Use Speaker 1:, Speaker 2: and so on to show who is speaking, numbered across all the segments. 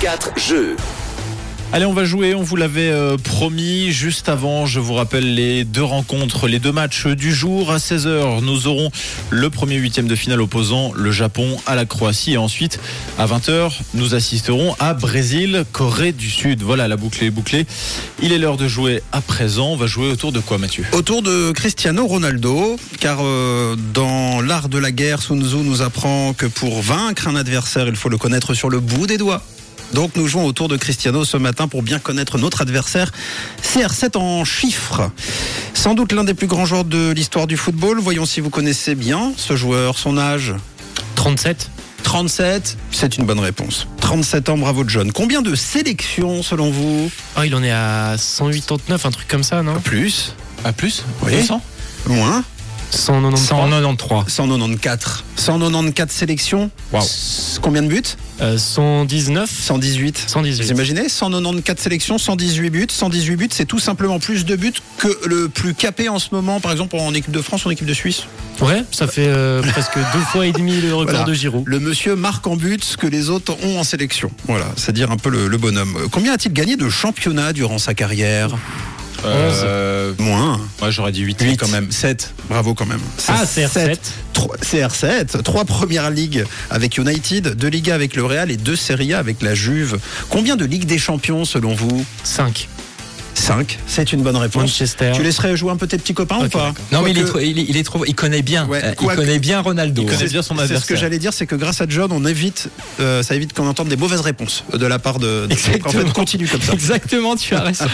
Speaker 1: 4 jeux.
Speaker 2: Allez, on va jouer, on vous l'avait euh, promis. Juste avant, je vous rappelle les deux rencontres, les deux matchs du jour. À 16h, nous aurons le premier huitième de finale opposant le Japon à la Croatie. Et ensuite, à 20h, nous assisterons à Brésil, Corée du Sud. Voilà, la boucle est bouclée. Il est l'heure de jouer à présent. On va jouer autour de quoi, Mathieu
Speaker 3: Autour de Cristiano Ronaldo, car euh, dans l'art de la guerre, Sun Tzu nous apprend que pour vaincre un adversaire, il faut le connaître sur le bout des doigts. Donc nous jouons autour de Cristiano ce matin pour bien connaître notre adversaire. CR7 en chiffres. Sans doute l'un des plus grands joueurs de l'histoire du football. Voyons si vous connaissez bien ce joueur, son âge.
Speaker 4: 37
Speaker 3: 37, c'est une bonne réponse. 37 ans, bravo John. Combien de sélections selon vous
Speaker 4: Oh, il en est à 189, un truc comme ça, non
Speaker 3: Plus
Speaker 2: À Ah, plus
Speaker 3: Oui.
Speaker 2: 200
Speaker 3: Moins
Speaker 4: 193. 193.
Speaker 3: 194. 194 sélections.
Speaker 4: Wow.
Speaker 3: S- Combien de buts
Speaker 4: Euh, 119.
Speaker 3: 118.
Speaker 4: 118.
Speaker 3: Vous imaginez 194 sélections, 118 buts. 118 buts, c'est tout simplement plus de buts que le plus capé en ce moment, par exemple en équipe de France ou en équipe de Suisse.
Speaker 4: Ouais, ça fait euh, presque deux fois et demi le record
Speaker 3: Voilà.
Speaker 4: de Giroud.
Speaker 3: Le monsieur marque en but ce que les autres ont en sélection. Voilà, c'est-à-dire un peu le, le bonhomme. Euh, Combien a-t-il gagné de championnats durant sa carrière
Speaker 2: Euh,
Speaker 3: Moins.
Speaker 2: Moi, j'aurais dit 8,
Speaker 3: Huit.
Speaker 2: quand même.
Speaker 3: 7. Bravo quand même.
Speaker 4: Ah,
Speaker 3: C'est
Speaker 4: CR7.
Speaker 3: sept. Trois- CR7, trois premières ligues avec United, deux Ligas avec le Real et deux Serie A avec la Juve. Combien de Ligue des Champions selon vous
Speaker 4: 5.
Speaker 3: 5. C'est une bonne réponse.
Speaker 4: Manchester.
Speaker 3: Tu laisserais jouer un peu tes petits copains ou
Speaker 4: Ok,
Speaker 3: pas
Speaker 4: d'accord.
Speaker 5: Non, mais il est,
Speaker 3: Quoique-
Speaker 5: trop- il, est- il est trop. Il connaît bien.
Speaker 3: Ouais,
Speaker 5: euh, il
Speaker 3: quoique-
Speaker 5: connaît bien Ronaldo.
Speaker 2: connaît
Speaker 5: hein.
Speaker 2: bien son
Speaker 3: C'est ce que
Speaker 2: adversaire.
Speaker 3: j'allais dire, c'est que grâce à John, on évite, euh, ça évite qu'on entende des mauvaises réponses de la part de. de-
Speaker 5: Exactement.
Speaker 3: En fait, continue comme ça.
Speaker 5: Exactement, tu as raison.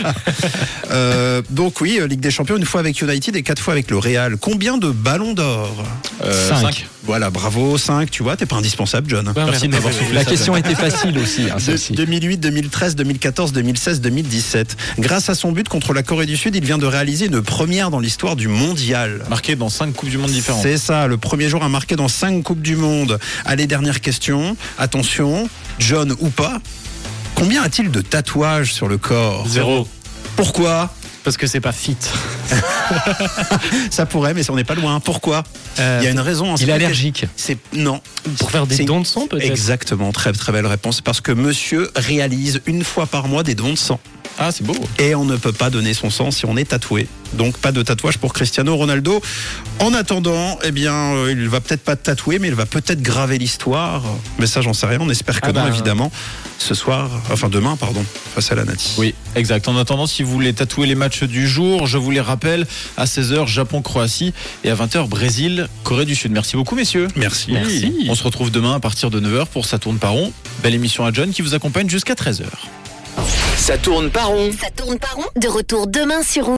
Speaker 3: Euh, donc oui, euh, Ligue des Champions, une fois avec United et quatre fois avec le Real. Combien de ballons d'or
Speaker 2: Euh,
Speaker 5: Cinq.
Speaker 2: cinq.
Speaker 3: Voilà, bravo, 5, tu vois, t'es pas indispensable, John.
Speaker 4: Ouais,
Speaker 2: Merci de
Speaker 4: merde.
Speaker 2: m'avoir soufflé.
Speaker 5: La
Speaker 2: ça,
Speaker 5: question était facile aussi. hein,
Speaker 3: De-
Speaker 5: celle-ci.
Speaker 3: 2008, 2013, 2014, 2016, 2017. Grâce à son but contre la Corée du Sud, il vient de réaliser une première dans l'histoire du mondial.
Speaker 2: Marqué dans 5 Coupes du Monde différentes.
Speaker 3: C'est ça, le premier jour a marqué dans 5 Coupes du Monde. Allez, dernière question. Attention, John ou pas, combien a-t-il de tatouages sur le corps
Speaker 4: Zéro.
Speaker 3: Pourquoi
Speaker 4: Parce que c'est pas fit.
Speaker 3: Ça pourrait, mais ça, on n'est pas loin. Pourquoi
Speaker 4: Euh,
Speaker 3: Il y a une raison. hein, c'est
Speaker 5: Il est
Speaker 3: pas
Speaker 5: allergique.
Speaker 3: quelque- C'est non.
Speaker 4: Pour faire des
Speaker 3: C'est-
Speaker 4: dons de sang, peut-être
Speaker 3: Exactement, très très belle réponse. Parce que monsieur réalise une fois par mois des dons de sang.
Speaker 2: Ah, c'est beau.
Speaker 3: Et on ne peut pas donner son sang si on est tatoué. Donc pas de tatouage pour Cristiano Ronaldo. En attendant, eh bien, euh, il va peut-être pas tatouer, mais il va peut-être graver l'histoire. Mais ça, j'en sais rien. On espère que
Speaker 4: Ah
Speaker 3: non,
Speaker 4: bah.
Speaker 3: évidemment. Ce soir, enfin demain, pardon, face à la Nati.
Speaker 2: Oui, exact. En attendant, si vous voulez tatouer les matchs du jour, je vous les rappelle, à 16h, Japon-Croatie et à 20h, Brésil, Corée du Sud. Merci beaucoup, messieurs.
Speaker 3: Merci.
Speaker 2: On se retrouve demain à partir de 9h pour Ça tourne par rond. Belle émission à John qui vous accompagne jusqu'à 13h.
Speaker 1: Ça tourne pas rond.
Speaker 6: Ça tourne par rond. De retour demain sur